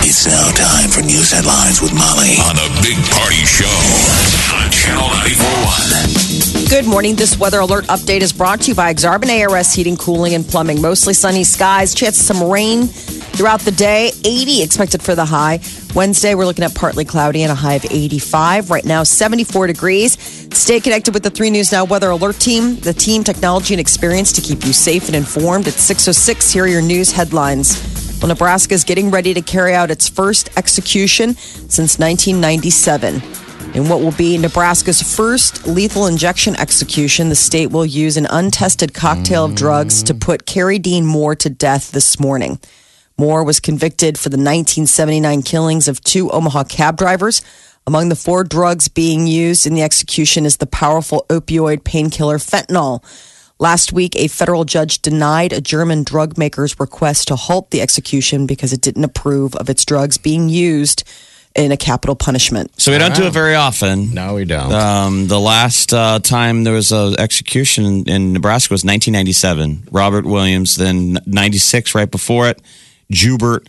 It's now time for news headlines with Molly on the Big Party Show on Channel 941. Good morning. This weather alert update is brought to you by Exarban ARS Heating, Cooling, and Plumbing. Mostly sunny skies, chances of some rain throughout the day. 80 expected for the high. Wednesday, we're looking at partly cloudy and a high of 85. Right now, 74 degrees. Stay connected with the 3 News Now Weather Alert Team, the team, technology, and experience to keep you safe and informed. At 6.06, here are your news headlines. Well, Nebraska is getting ready to carry out its first execution since 1997. In what will be Nebraska's first lethal injection execution, the state will use an untested cocktail of drugs to put Carrie Dean Moore to death this morning. Moore was convicted for the 1979 killings of two Omaha cab drivers. Among the four drugs being used in the execution is the powerful opioid painkiller fentanyl. Last week, a federal judge denied a German drug maker's request to halt the execution because it didn't approve of its drugs being used in a capital punishment. So we don't do it very often. Ah. No, we don't. Um, the last uh, time there was an execution in, in Nebraska was 1997. Robert Williams, then 96 right before it. Jubert,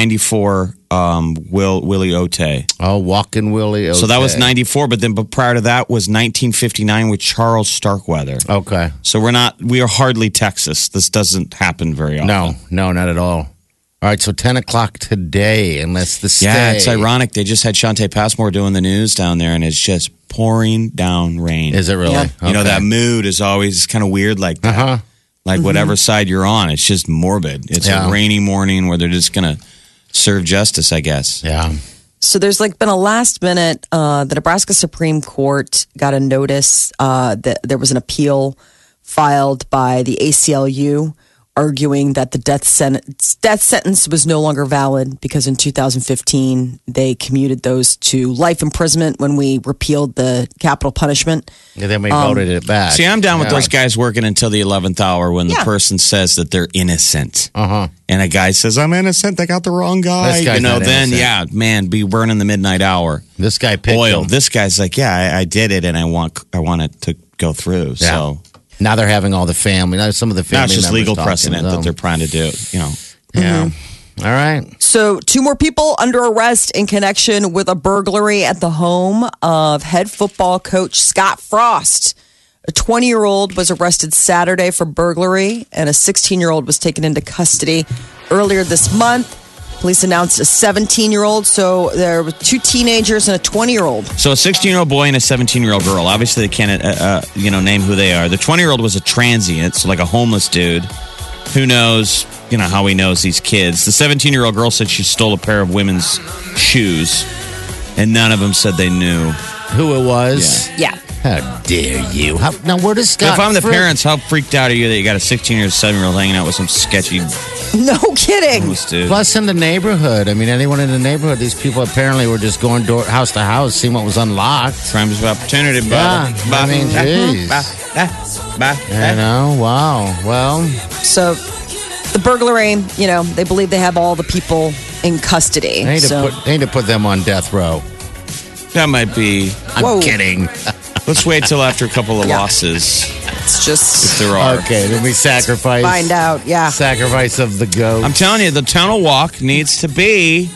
94. Um, Will Willie Ote. oh, walking Willie. So that was okay. 94. But then, but prior to that was 1959 with Charles Starkweather. Okay. So we're not. We are hardly Texas. This doesn't happen very often. No, no, not at all. All right, so 10 o'clock today, unless the state. Yeah, it's ironic. They just had Shantae Passmore doing the news down there, and it's just pouring down rain. Is it really? Yeah. You know, Okay. that mood is always kind of weird like that. Uh-huh. Like whatever side you're on, it's just morbid. It's Yeah. a rainy morning where they're just going to serve justice, I guess. Yeah. So there's like been a last minute. Uh, the Nebraska Supreme Court got a notice uh, that there was an appeal filed by the ACLU arguing that the death sentence death sentence was no longer valid because in 2015 they commuted those to life imprisonment when we repealed the capital punishment. And then we voted it back. Um, See, I'm down with Yeah. those guys working until the 11th hour when Yeah. the person says that they're innocent. Uh-huh. And a guy says, I'm innocent. They got the wrong guy. This guy's You know, not then, innocent. yeah, man, be burning the midnight hour. This guy picked Oil. him. This guy's like, yeah, I, I did it and I want, I want it to go through. Yeah. So Now they're having all the family. Now some of the family now it's just members legal talking to precedent that them. they're Mm-hmm. trying to do, you know. Yeah. All right. So, two more people under arrest in connection with a burglary at the home of head football coach Scott Frost. A 20 year old was arrested Saturday for burglary, and a 16 year old was taken into custody earlier this month. Police announced a 17 year old, so there were two teenagers and a 20 year old. So a 16 year old boy and a 17 year old girl. Obviously, they can't, uh, uh, you know, name who they are. The 20 year old was a transient, so like a homeless dude. Who knows, you know, how he knows these kids. The 17 year old girl said she stole a pair of women's shoes, and none of them said they knew. Who it was? Yeah. How dare you? How, now, where does Scott? if I'm the Frick- parents, how freaked out are you that you got a 16 year old, 7 year old hanging out with some sketchy No kidding. homeless dude? Plus, in the neighborhood, I mean, anyone in the neighborhood, these people apparently were just going door house to house, seeing what was unlocked. Crimes of opportunity, bro. Yeah, I mean, jeez. You know, wow. Well, So, the burglary, you know, they believe they have all the people in custody. they need, So- to put, they need to put them on death row. That might be. I'm Whoa. kidding. Let's wait till after a couple of Yeah. losses, It's just if there are. Okay, then we sacrifice. find out. Yeah. Sacrifice of the goat. I'm telling you, the tunnel walk needs to be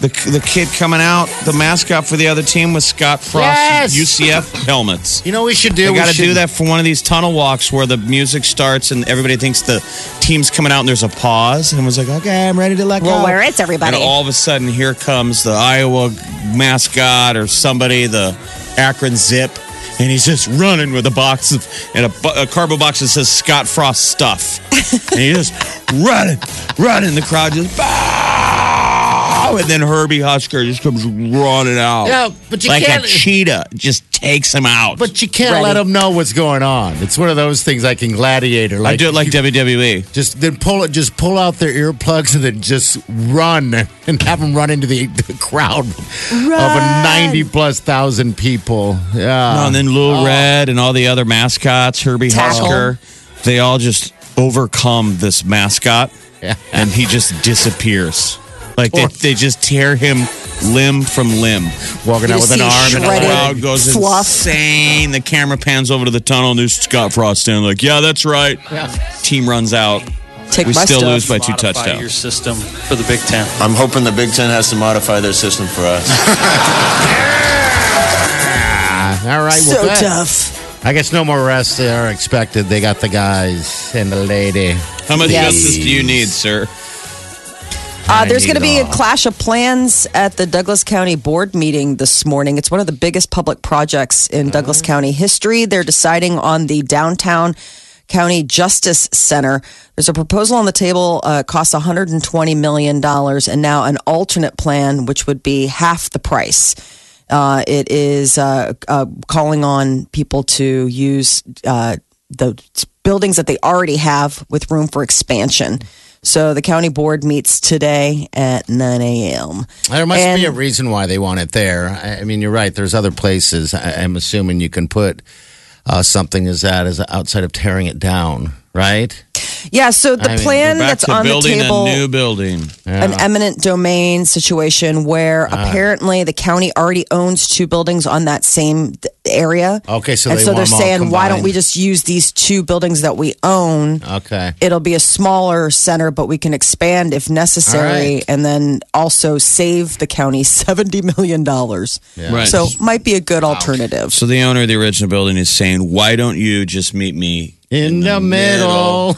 the the kid coming out. The mascot for the other team was Scott Frost Yes! UCF helmets. you know what we should do? You We got to should- do that for one of these tunnel walks where the music starts and everybody thinks the team's coming out and there's a pause and was like, okay, I'm ready to let Well, go. where is everybody? And all of a sudden, here comes the Iowa mascot or somebody, the Akron Zip, and he's just running with a box of and a, bu- a cardboard box that says Scott Frost stuff, and he's just running, running. The crowd just. "Bah!" wow. And then Herbie Husker just comes running out. Yeah, but you like can't- a cheetah just takes him out. But you can't Ready. let them know what's going on. It's one of those things like in Gladiator. Like I do it like E. you WWE. just then pull it, just pull out their earplugs and then just run and have them run into the, the crowd of a ninety plus thousand people. Yeah, Oh, and then Lil Red and all the other mascots, Herbie Tackle. Husker, they all just overcome this mascot Yeah. and he just disappears. Like they, they just tear him limb from limb. walking You out with an see arm and a shredded- leg. Crowd goes Fluff. insane. The camera pans over to the tunnel and there's Scott Frost standing like, yeah, that's right. Team runs out. Take we my still stuff. lose by two Modify touchdowns. Your system for the Big Ten. I'm hoping the Big Ten has to modify their system for us. All right, So well, that- tough. I guess no more rests are expected. They got the guys and the lady. How much Yes. justice do you need, sir? Uh, there's going to be a Ninety dollars. clash of plans at the Douglas County Board meeting this morning. It's one of the biggest public projects Mm-hmm. in Douglas County history. They're deciding on the downtown county justice center. There's a proposal on the table, uh, costs 120 million dollars, and now an alternate plan, which would be half the price. Uh, it is uh, uh, calling on people to use uh, the buildings that they already have with room for expansion. So the county board meets today at 9 a.m. There must And- be a reason why they want it there. I I mean, you're right. There's other places. I, I'm assuming you can put uh, something as that as outside of tearing it down, right? Yeah, so the I mean, we're plan Back that's to on the building table. a new building. an eminent domain situation where Uh-huh. apparently the county already owns two buildings on that same th- area. Okay, Oh, so and they so want they're 'em all saying, why don't we combined." just use these two buildings that we own? Okay. It'll be a smaller center, but we can expand if necessary, All right. and then also save the county seventy million dollars. Right. So might be a good alternative. So the owner of the original building is saying, "Why don't you just meet me?" In the middle.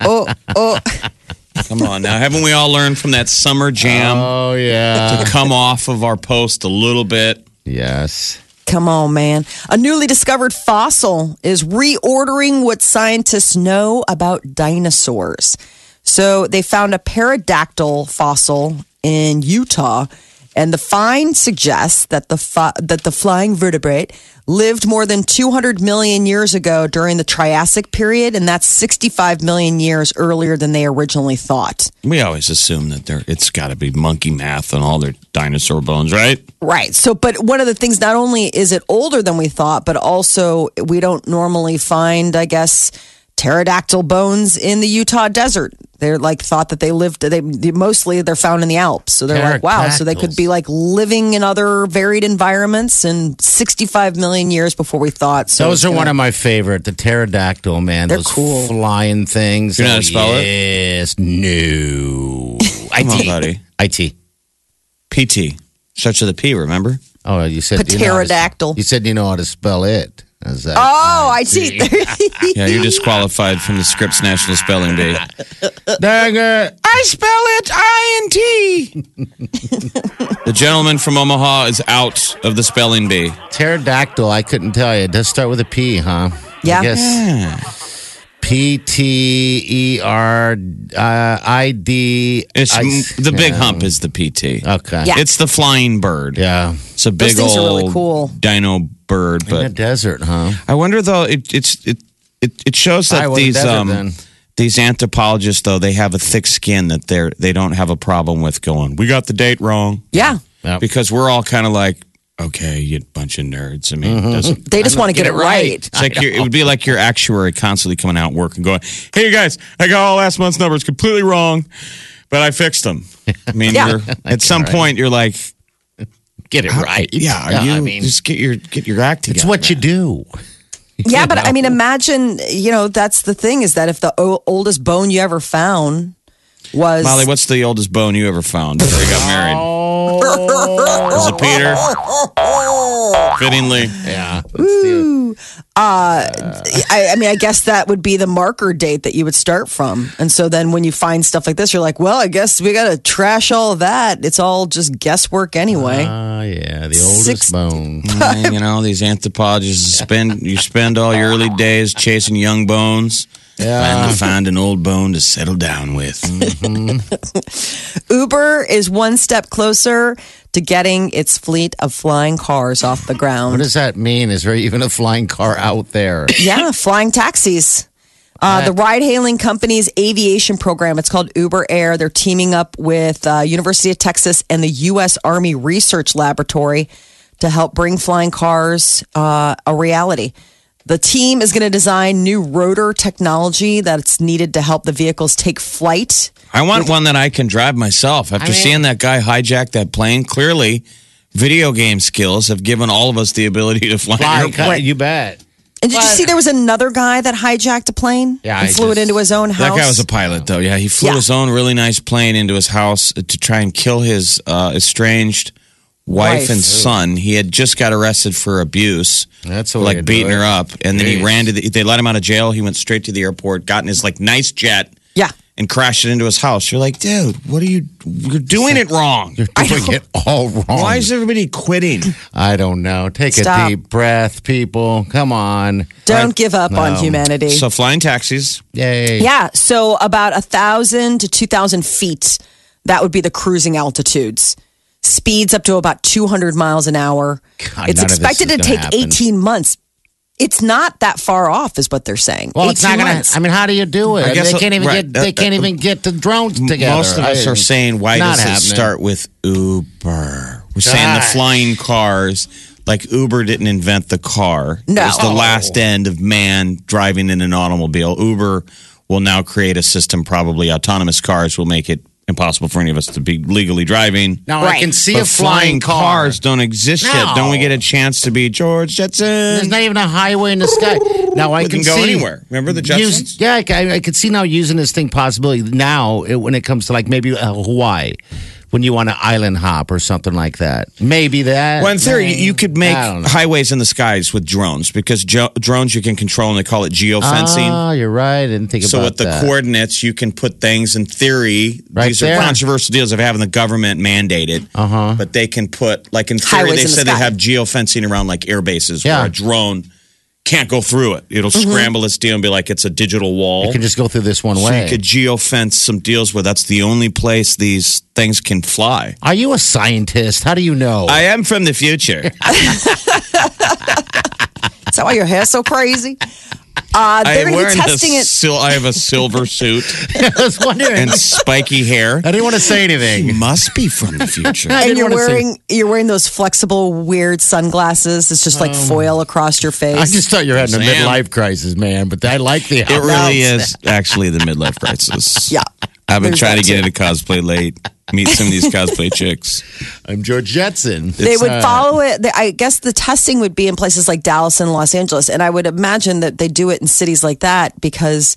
Oh, Come on now, haven't we all learned from that summer jam Oh, yeah. to come off of our post a little bit? yes. Come on, man. A newly discovered fossil is reordering what scientists know about dinosaurs. So they found a pterodactyl fossil in Utah, and the find suggests that the fo- that the flying vertebrate lived more than 200 million years ago during the Triassic period, and that's 65 million years earlier than they originally thought. We always assume that there it's got to be monkey math on all their dinosaur bones, right? Right. So, but one of the things, not only is it older than we thought, but also we don't normally find, I guess, pterodactyl bones in the Utah desert. They're like thought that they lived, they mostly they're found in the Alps. So they're like, wow. So they could be like living in other varied environments and 65 million years before we thought. So Those are one of my favorite. The pterodactyl, man. They're Those cool. flying things. Oh, You know how to spell it? yes. it? No. Come on, buddy. IT. PT starts with a P. Remember? Oh, you said you know how to- Pterodactyl. You said you know how to spell it. I was like, Oh, I see. Yeah, you're disqualified from the Scripps National Spelling Bee. Dang it. I spell it I N T. The gentleman from Omaha is out of the spelling bee. Pterodactyl, I couldn't tell you. It does start with a P, huh? Yeah. I guess. P T E R uh, I D. It's I- the big yeah. hump is the PT. Okay. Yeah. It's the flying bird. Yeah. It's a big things old are really cool. dino bird, In the but desert, huh? I wonder though it it's it it, it shows that All right, well, the these desert, um then. these anthropologists though they have a thick skin that they're they don't have a problem with going. We got the date wrong yeah. Yep. because we're all kind of like okay, you bunch of nerds. I mean, Mm-hmm. it doesn't They just want to get, it right. It's like your, it would be like your actuary constantly coming out work and going, "Hey, you guys, I got all last month's numbers completely wrong, but I fixed them." I mean, Yeah. you're, at some point, you're like, Get it right. "Yeah, are you I mean, just get your get your act together?" it's what you do. Yeah, but I mean, imagine, you know, that's the thing is that if the o- oldest bone you ever found was. Molly. What's the oldest bone you ever found before you got married? Is it Peter? Fittingly, Yeah. Let's do it. I, I mean, I guess that would be the marker date that you would start from. And so then when you find stuff like this, you're like, well, I guess we got to trash all of that. It's all just guesswork anyway. Oh, yeah. The oldest Six- bone. Mm, you know these anthropologists spend you spend all your early days chasing young bones. Trying to find an old bone to settle down with. Uber is one step closer to getting its fleet of flying cars off the ground. What does that mean? Is there even a flying car out there? Yeah, flying taxis. Uh, the ride-hailing company's aviation program. It's called Uber Air. They're teaming up with uh, University of Texas and the U.S. Army Research Laboratory to help bring flying cars uh, a reality. The team is going to design new rotor technology that's needed to help the vehicles take flight. I want one that I can drive myself. After seeing that guy hijack that plane, clearly video game skills have given all of us the ability to fly. an Flying airplane. car, you bet. And did you see there was another guy that hijacked a plane Yeah, and I flew it just- into his own house? That guy was a pilot, though. Yeah, he flew Yeah. his own really nice plane into his house to try and kill his uh, estranged wife, Wife. and son. He had just got arrested for abuse, That's the for, way like to do beating it. her up, and then he Jeez. ran to. The, they let him out of jail. He went straight to the airport, got in his like nice jet, yeah. and crashed it into his house. You're like, dude, what are you? You're doing it wrong. You're doing it all wrong. Why is everybody quitting? I don't know. Take Stop. a deep breath, people. Come on. Don't give up on No. humanity. so flying taxis. Yay. Yeah, so about a thousand to two thousand feet. That would be the cruising altitudes. Speeds up to about two hundred miles an hour. God, it's none of this expected to is gonna take happen. eighteen months. It's not that far off, is what they're saying. Well, 18 it's not gonna. months. I mean, how do you do it? I guess- they can't even right. get. They Uh, can't uh, even get the drones M- together. Most of us I- are saying, why not does it happening. start with Uber? We're saying the Gosh. flying cars, like Uber didn't invent the car. No. It was the last end of man driving in an automobile. Uber will now create a system, probably autonomous cars will make it impossible for any of us to be legally driving. Now I can see But a flying, car. cars don't exist yet. No. Don't we get a chance to be George There's Jetson? not even a highway in the sky. Now I We can can go see- anywhere. Remember the Jetsons? Use, yeah, I, ca- I could see now using this thing possibility now it, when it comes to like maybe uh, Hawaii, when you want to island hop or something like that. Maybe that. Well, in theory, you- you could make I don't know. highways in the skies with drones because jo- drones you can control, and they call it geofencing. Oh, you're right. I didn't think So about with the that. coordinates, you can put things in theory. Right these there. are controversial deals of having the government mandate it. Uh-huh. But they can put like in theory, Highways they in the said they sky. have geofencing around like air bases Yeah. where a drone can't go through it. It'll Mm-hmm. scramble its deal and be like it's a digital wall. You can just go through this one so way. you could geofence some deals where that's the only place these things can fly. Are you a scientist? How do you know? I am from the future. Is that why your hair's so crazy? Uh, I they're going am to wearing be testing a it. sil- I have a silver suit was wondering. and spiky hair. I didn't want to say anything. You must be from the future. I and didn't you're wanna say- wearing you're wearing those flexible weird sunglasses. It's just like foil across your face. Oh I just thought you were having a Yes, I am. midlife crisis, man. But I like the. It really No. is actually the midlife crisis. Yeah. I've been There's trying to that get into cosplay late. Meet some of these cosplay chicks. I'm George Jetson. they would uh, follow it. they- I guess the testing would be in places like Dallas and Los Angeles, and I would imagine that they do it in cities like that because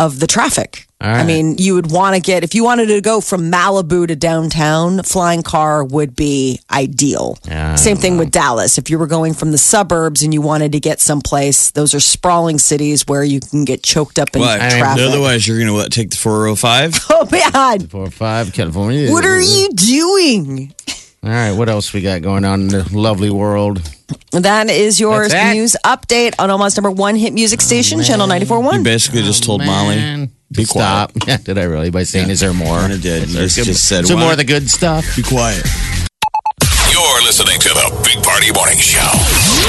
of the traffic. I mean, you would want to get if you wanted to go from Malibu to downtown, flying car would be ideal. Same thing with Dallas. If you were going from the suburbs and you wanted to get someplace, those are sprawling cities where you can get choked up in traffic. Otherwise, you're going to what, take the 405? oh man, Four or five California. what are you doing? All right, what else we got going on in the lovely world? That is your That's it. news update on Omaha's number one hit music station, Channel 94.1. You basically just Oh, told Molly, be quiet. Stop. Yeah, did I really? By saying, is there more? And it did. You just just said, Some "Why more of don't the good stuff. you be quiet. You're listening to the Big Party Morning Show.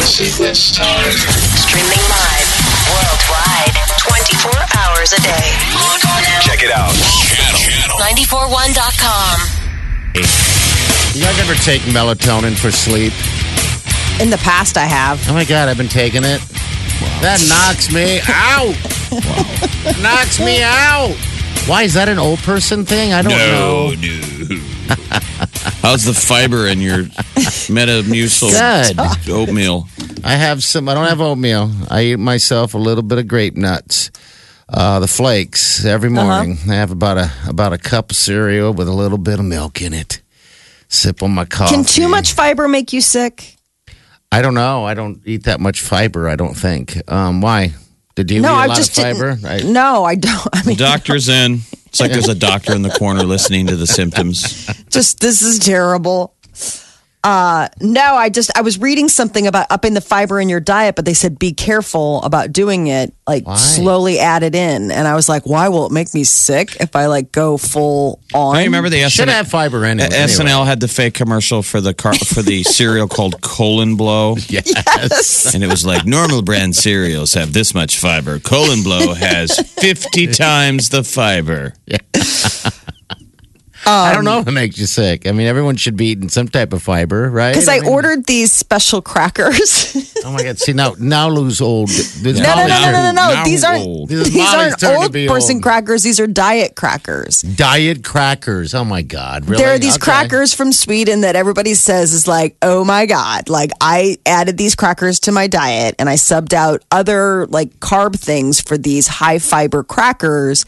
Sequence time. Streaming live worldwide 24 hours a day. Log on now. Check it out. Channel. 941.com. You guys ever take melatonin for sleep? In the past, I have. Oh my god, I've been taking it. That knocks me out. knocks me out. Why is that an old person thing? I don't know. No, no. How's the fiber in your Metamucil Good. oatmeal? I have some. I don't have oatmeal. I eat myself a little bit of grape nuts, uh, the flakes every Uh-huh. morning. I have about a about a cup of cereal with a little bit of milk in it. Sip on my coffee. Can too much fiber make you sick? I don't know. I don't eat that much fiber. I don't think. Um, why? Did you no, eat a I lot just of fiber? didn't. I, No, I don't. I mean, Doctor's in. It's like there's a doctor in the corner listening to the symptoms. just this is terrible. Uh, no, I just I was reading something about upping the fiber in your diet, but they said be careful about doing it. Like Why? slowly add it in, and I was like, why will it make me sick if I like go full on? I remember the Should SNL, have fiber in it. uh, SNL had the fake commercial for the car, for the cereal called Colon Blow, Yes. and it was like normal brand cereals have this much fiber. Colon Blow has fifty times the fiber. I don't know if it makes you sick. I mean, everyone should be eating some type of fiber, right? Because I mean- ordered these special crackers. Oh my God! See now, now lose old. No, No, no, no, no, no, no, no. Now These aren't old. This is these Molly's aren't turn to old be person old. crackers. These are diet crackers. Diet crackers. Oh my God! Really? There are these Okay. crackers from Sweden that everybody says is like, oh my god! Like I added these crackers to my diet and I subbed out other like carb things for these high fiber crackers,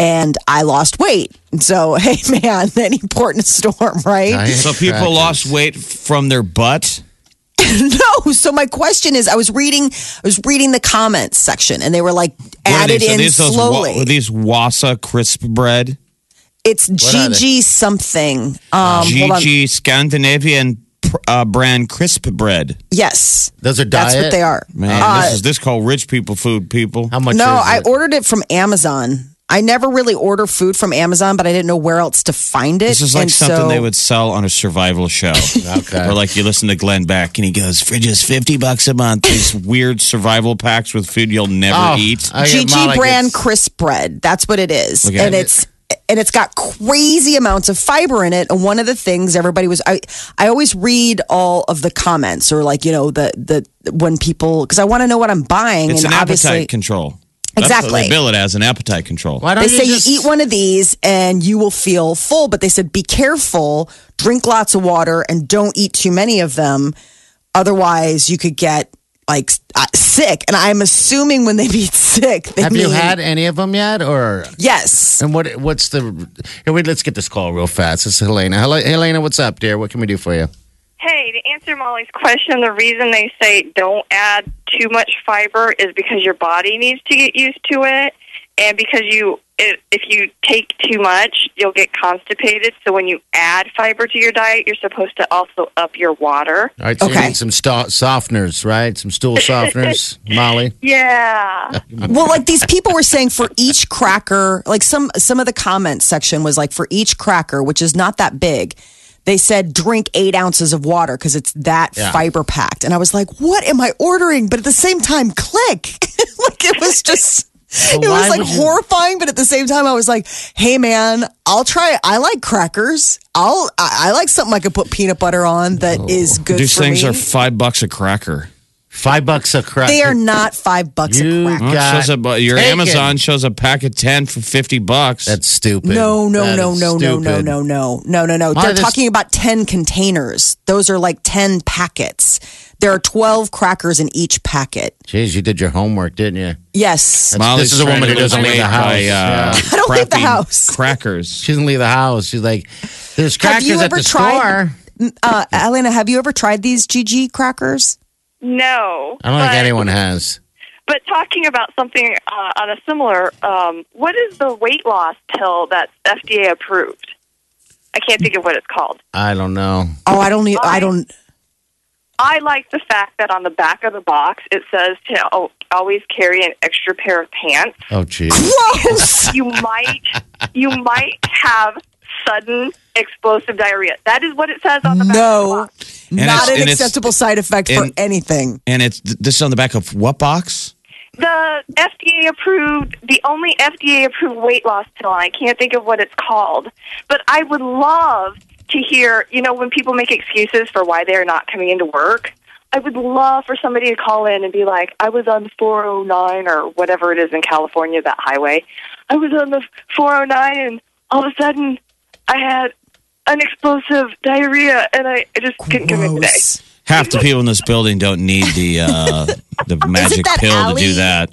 and I lost weight. And So hey man, any port in a storm, right? Diet So people crackers. lost weight from their butt. No. So my question is, I was reading, I was reading the comments section, and they were like What are added these? Are in these those wa- slowly. are these wasa crisp bread? It's are GG something. Um, hold on. GG Scandinavian pr- uh, brand crisp bread. Yes, Those are that's what diet? they are. Man, Uh, this is this called rich people food. People, How much? no, is I it? ordered it from Amazon. I never really order food from Amazon, but I didn't know where else to find it. this is like and something so- they would sell on a survival show. Okay. Or like you listen to Glenn Beck and he goes, for just 50 bucks a month, these weird survival packs with food you'll never Oh, eat. I get GG Molly brand gets- crisp bread. That's what it is, Okay. and it's and it's got crazy amounts of fiber in it. And one of the things everybody was I I always read all of the comments or like you know the the when people because I want to know what I'm buying. it's an and obviously, appetite control. That's what Exactly. they bill it as an appetite control. Why don't They say you, just, you eat one of these and you will feel full, but they said be careful, drink lots of water, and don't eat too many of them. Otherwise, you could get like s- uh, sick. And I'm assuming when they mean sick, they Have you mean- had any of them yet, or Yes. and what? What's the? Here, wait, let's get this call real fast. It's Helena. Hello, Helena, what's up, dear? What can we do for you? Hey, to answer Molly's question, the reason they say don't add too much fiber is because your body needs to get used to it, and because you if if you take too much, you'll get constipated. So when you add fiber to your diet, you're supposed to also up your water. All right, so you Okay. need some sto- softeners, right? Some stool softeners, Molly. Yeah. Well, like these people were saying for each cracker, like some some of the comments section was like for each cracker, which is not that big. They said drink eight ounces of water because it's that Yeah. fiber packed, and I was like, "What am I ordering?" But at the same time, click. like it was just, it why was like would you- horrifying. But at the same time, I was like, "Hey, man, I'll try. it. I like crackers. I'll. I, I like something I could put peanut butter on that is good. These for things me. are five bucks a cracker. Five bucks a crack. they are not five bucks You a cracker. Well, it Got shows a bu- your taken. Amazon shows a pack of 10 for 50 bucks. That's stupid. No, no, That no, is no, no, no, stupid. no, no, no, no, no. Why They're this- talking about 10 containers. Those are like 10 packets. There are 12 crackers in each packet. Jeez, you did your homework, didn't you? Yes. Molly's this is a trying woman to who doesn't lose leave the weight house. by, uh, Yeah. I don't leave the crappy house. Crackers. She doesn't leave the house. She's like, there's Have crackers you at ever the tried- store. Uh, Elena, have you ever tried these GG crackers? No. I don't think but- anyone has. But talking about something uh, on a similar, um, what is the weight loss pill that's FDA approved? I can't think of what it's called. I don't know. Oh, I don't. e- I don't. I like the fact that on the back of the box it says to al- always carry an extra pair of pants. Oh, geez. Gross. You might you might have sudden explosive diarrhea. That is what it says on the back of the No. box. Not it's- and an it's- acceptable side effect for and- anything. And it's th- this is on the back of what box? The FDA approved the only FDA approved weight loss pill. and I can't think of what it's called, but I would love to hear. You know, when people make excuses for why they are not coming into work, I would love for somebody to call in and be like, "I was on the 409 or whatever it is in California that highway. I was on the 409 and all of a sudden I had an explosive diarrhea and I, I just couldn't come in today." Gross. Half the people in this building don't need the uh, the magic that pill to do alley? that.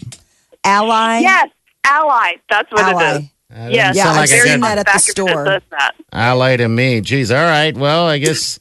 Ally. Yes, Ally. That's what it is. Ally. Yes, Yeah, sound I've like a seen good that at the Back if it store. says that. I lie to me. Geez. All right. Well, I guess.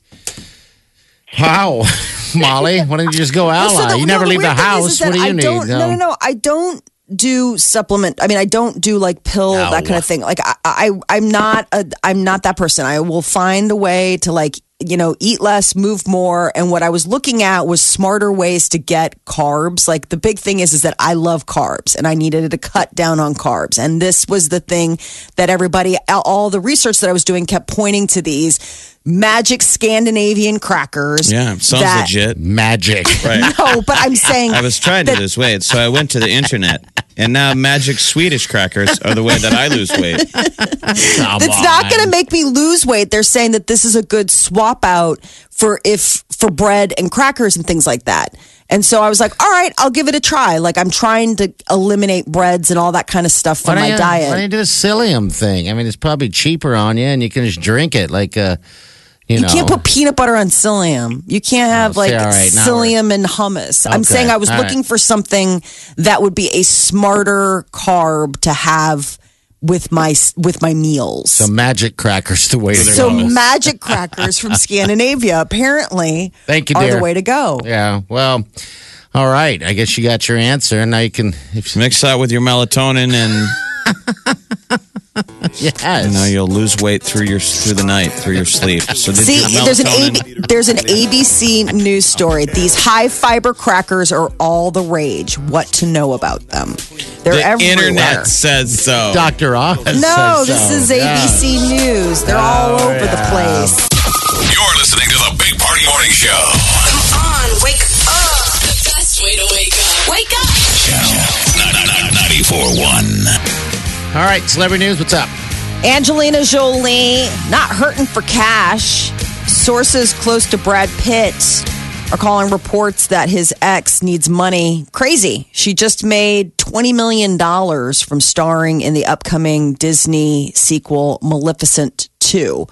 Wow, Molly, why don't you just go ally? Well, so the- you no, never the leave the weird thing is- house. is that what do you I need? Oh, Don't, no, no, no. I don't do supplement. I mean, I don't do like pill that kind of thing. Like I, I, I'm not a, I'm not that person. I will find a way to like you know, eat less, move more. And what I was looking at was smarter ways to get carbs. Like the big thing is, is that I love carbs and I needed to cut down on carbs. And this was the thing that everybody, all the research that I was doing kept pointing to these magic Scandinavian crackers. Yeah, sounds that- legit. Magic. Right. No, but I'm saying I was trying to lose weight, so I went to the internet, and now magic Swedish crackers are the way that I lose weight. It's not going to make me lose weight. They're saying that this is a good swap out for if for bread and crackers and things like that. And so I was like, all right, I'll give it a try. Like I'm trying to eliminate breads and all that kind of stuff from don't my you, diet. Why don't you do a psyllium thing? I mean, it's probably cheaper on you, and you can just drink it like uh, you, you know. can't put peanut butter on psyllium. You can't have Oh, like see, all right, now psyllium and hummus. I'm Okay, saying I was all looking for something that would be a smarter carb to have with my with my meals. so magic crackers the way to So go. magic crackers from Scandinavia apparently Thank you, are dear. the way to go. yeah. Well, all right. I guess you got your answer, and now you can. If, Mix that with your melatonin, and yes. you know, you'll lose weight through your through the night, through your sleep. So did See, your there's an melatonin- AB, there's an ABC news story. These high fiber crackers are all the rage. What to know about them? They're the everywhere. internet says so. Doctor Oz. No, this says so. is Yeah. ABC News. They're all over the place. You're listening to the Big Party Morning Show. Come on, wake up. The best way to wake up. Wake up. Channel 94.1. All right, celebrity news. What's up? Angelina Jolie not hurting for cash. Sources close to Brad Pitt are calling reports that his ex needs money. Crazy. She just made $20 million from starring in the upcoming Disney sequel, Maleficent 2.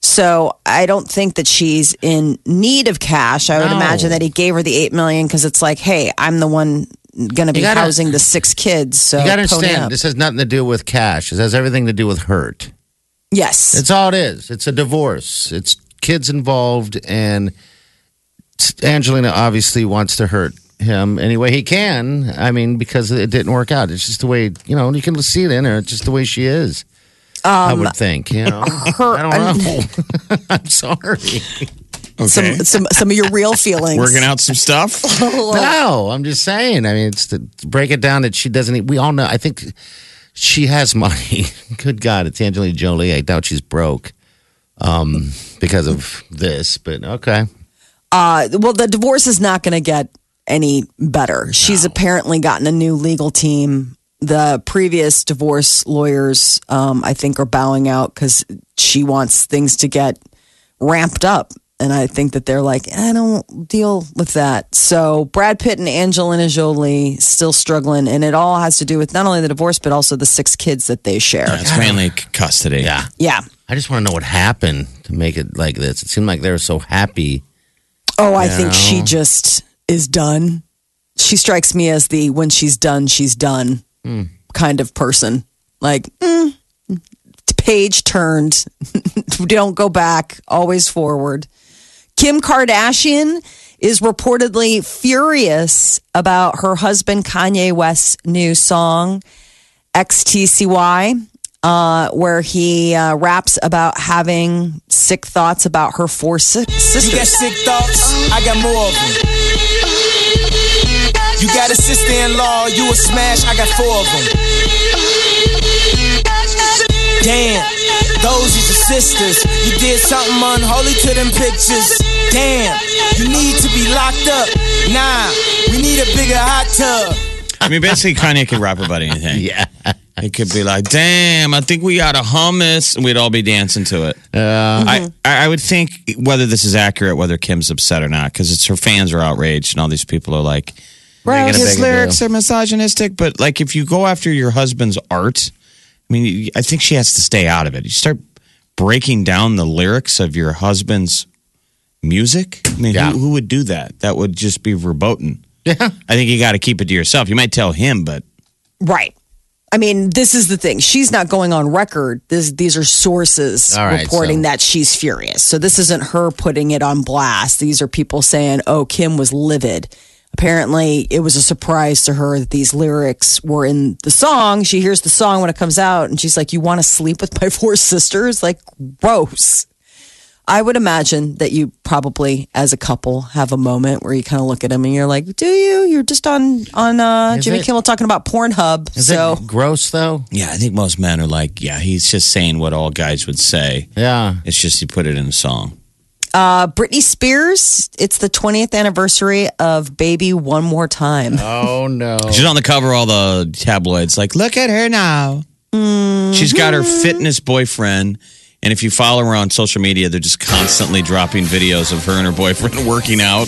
So I don't think that she's in need of cash. I would No. imagine that he gave her the eight million because it's like, hey, I'm the one going to be gotta- housing the six kids. So You got to Oh, pony understand, up. this has nothing to do with cash. This has everything to do with hurt. Yes, It's all it is. It's a divorce. It's kids involved, and Angelina obviously wants to hurt him any way he can. I mean, because it didn't work out. It's just the way you know. You can see it in her. It's just the way she is. I Um, would think. You know. her. I don't know. I'm sorry. Okay. some, some some of your real feelings. Working out some stuff. No, I'm just saying. I mean, it's to break it down that she doesn't. e, We all know. I think she has money. Good God, it's Angelina Jolie. I doubt she's broke um, because of this. But okay, Uh, well, the divorce is not going to get any better. She's apparently gotten a new legal team. The previous divorce lawyers, um, I think, are bowing out because she wants things to get ramped up. And I think that they're like, I don't deal with that. So Brad Pitt and Angelina Jolie still struggling. And it all has to do with not only the divorce, but also the six kids that they share. It's mainly custody. Yeah. Yeah. I just want to know what happened to make it like this. It seemed like they were so happy. Oh, I think she just is done. She strikes me as the when she's done, she's done kind of person. Like, mm, page turned, don't go back, always forward. Kim Kardashian is reportedly furious about her husband Kanye West's new song, XTCY, uh, where he uh, raps about having sick thoughts about her four si- sisters. You got sick thoughts, I got more of them. You got a sister in law, you a smash, I got four of them. Damn, those is your sisters. You did something unholy to them pictures. Damn, you need to be locked up. Nah, we need a bigger hot tub. I mean, basically, Kanye could rap about anything. Yeah. It could be like, damn, I think we got a hummus, and we'd all be dancing to it. I, I I would think whether this is accurate, whether Kim's upset or not, because it's her fans are outraged, and all these people are like, well, Making a his big lyrics are misogynistic. But like, if you go after your husband's art, I mean, you- I think she has to stay out of it. You start breaking down the lyrics of your husband's music. I mean, Yeah. who, who would do that? That would just be verboten. Yeah. I think you got to keep it to yourself. You might tell him, but Right. I mean, this is the thing. She's not going on record. This, these are sources All right, reporting so- that she's furious. So this isn't her putting it on blast. These are people saying, oh, Kim was livid. Apparently, it was a surprise to her that these lyrics were in the song. She hears the song when it comes out, and she's like, You want to sleep with my four sisters? Like, gross. I would imagine that you probably, as a couple, have a moment where you kind of look at him and you're like, "Do you? You're just on on uh, Is Jimmy it- Kimmel talking about Pornhub." Is so it gross though? Yeah, I think most men are like, yeah, he's just saying what all guys would say. Yeah. It's just he put it in a song. Uh, Britney Spears, it's the 20th anniversary of Baby One More Time. Oh no. She's on the cover of all the tabloids. Like, look at her now. Mm-hmm. She's got her fitness boyfriend. And if you follow her on social media, they're just constantly dropping videos of her and her boyfriend working out.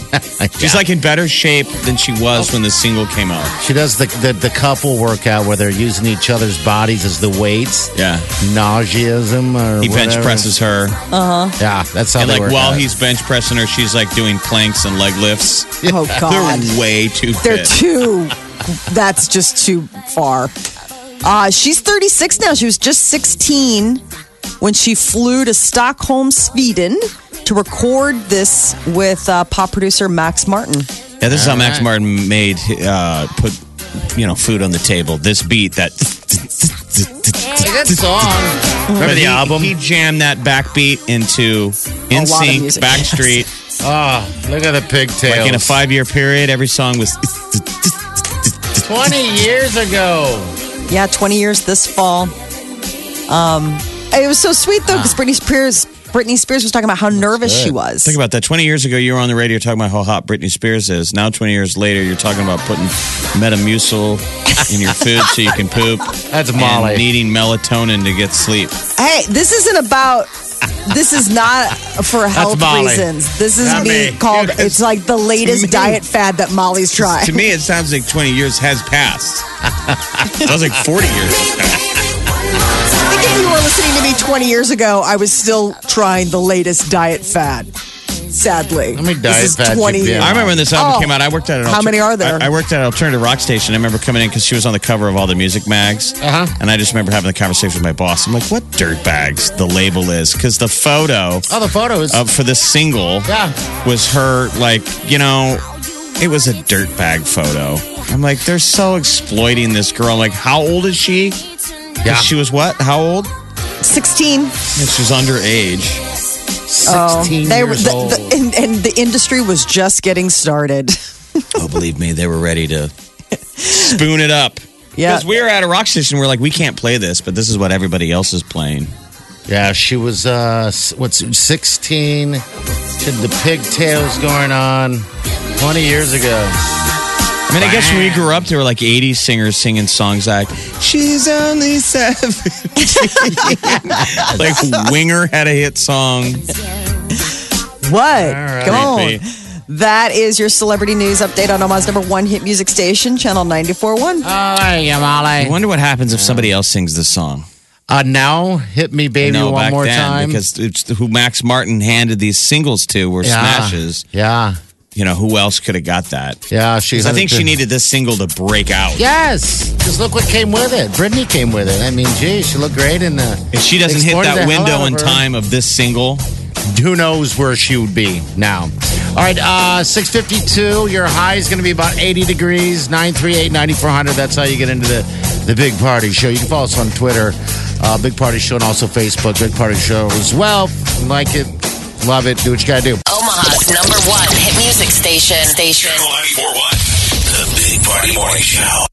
She's like in better shape than she was when the single came out. She does the, the the couple workout where they're using each other's bodies as the weights. Yeah. Nauseism or He bench whatever. presses her. Uh huh. Yeah, that's how And they like work while out. he's bench pressing her, she's like doing planks and leg lifts. Oh, God. They're way too They're fit. too, that's just too far. Uh, she's 36 now. She was just 16 when she flew to Stockholm, Sweden to record this with uh, pop producer Max Martin. Yeah, this is how Max Martin made uh, put you know food on the table. This beat that Good song. Remember the he, album? He jammed that backbeat into In lot of Sync, music, Backstreet. Ah, look at the pigtails. Like in a five year period, every song was. Twenty years ago. Yeah, 20 years this fall. Um, it was so sweet though Ah. because Britney Spears, Britney Spears was talking about how nervous she was. Think about that. Twenty years ago, you were on the radio talking about how hot Britney Spears is. Now, twenty years later, you're talking about putting Metamucil in your food so you can poop. That's and Molly. needing melatonin to get sleep. Hey, this isn't about. This is not for health Molly. reasons. This is Not me me. called. Dude, It's like the latest me. diet fad that Molly's trying. To me, it sounds like twenty years has passed. sounds like forty years. I think if you were listening to me 20 years ago, I was still trying the latest diet fad. Sadly, How many this diet is fads 20 you've been years. I remember when this album Oh. came out. I worked at an How many are there? I, I worked at an alternative rock station. I remember coming in because she was on the cover of all the music mags, uh-huh. and I just remember having the conversation with my boss. I'm like, "What dirt bags the label is?" Because the photo Oh, the photos. uh, for this single Yeah. was her like you know it was a dirtbag photo. I'm like, they're so exploiting this girl. I'm like, how old is she? 'Cause Yeah. she was what? How old? 16. And she's underage. Sixteen Oh, They were years the, old. the, and, and the industry was just getting started. Oh, believe me, they were ready to spoon it up. Yeah. Because we were at a rock station, we're like, we can't play this, but this is what everybody else is playing. yeah, she was uh, s- what's sixteen? Did the pigtails going on? Twenty years ago. I mean, I guess when we grew up, there were like 80 singers singing songs like, She's Only Seven. like, Winger had a hit song. What? Go on. Creepy. That is your celebrity news update on Omaha's number one hit music station, Channel 94.1. Oh, there you I go, Molly. wonder what happens if somebody else sings this song. Uh, now hit me, baby, no, one back more then, time. because it's who Max Martin handed these singles to were yeah. smashes. Yeah, You know, who else could have got that? yeah. She's. 'Cause I think she 100%. needed this single to break out. Yes, because look what came with it. Brittany came with it. I mean, geez, she looked great in the. If she doesn't hit Exploited that the hell out window of in her. time of this single, Who knows where she would be now? All right, uh, six fifty-two. Your high is going to be about eighty degrees. Nine three eight ninety four hundred. That's how you get into the the big party show. You can follow us on Twitter, uh, Big Party Show, and also Facebook, Big Party Show as well. Like it, love it. Do what you got to do. Omaha's number one hit music station. Station. Channel 941. The Big Party Morning Show.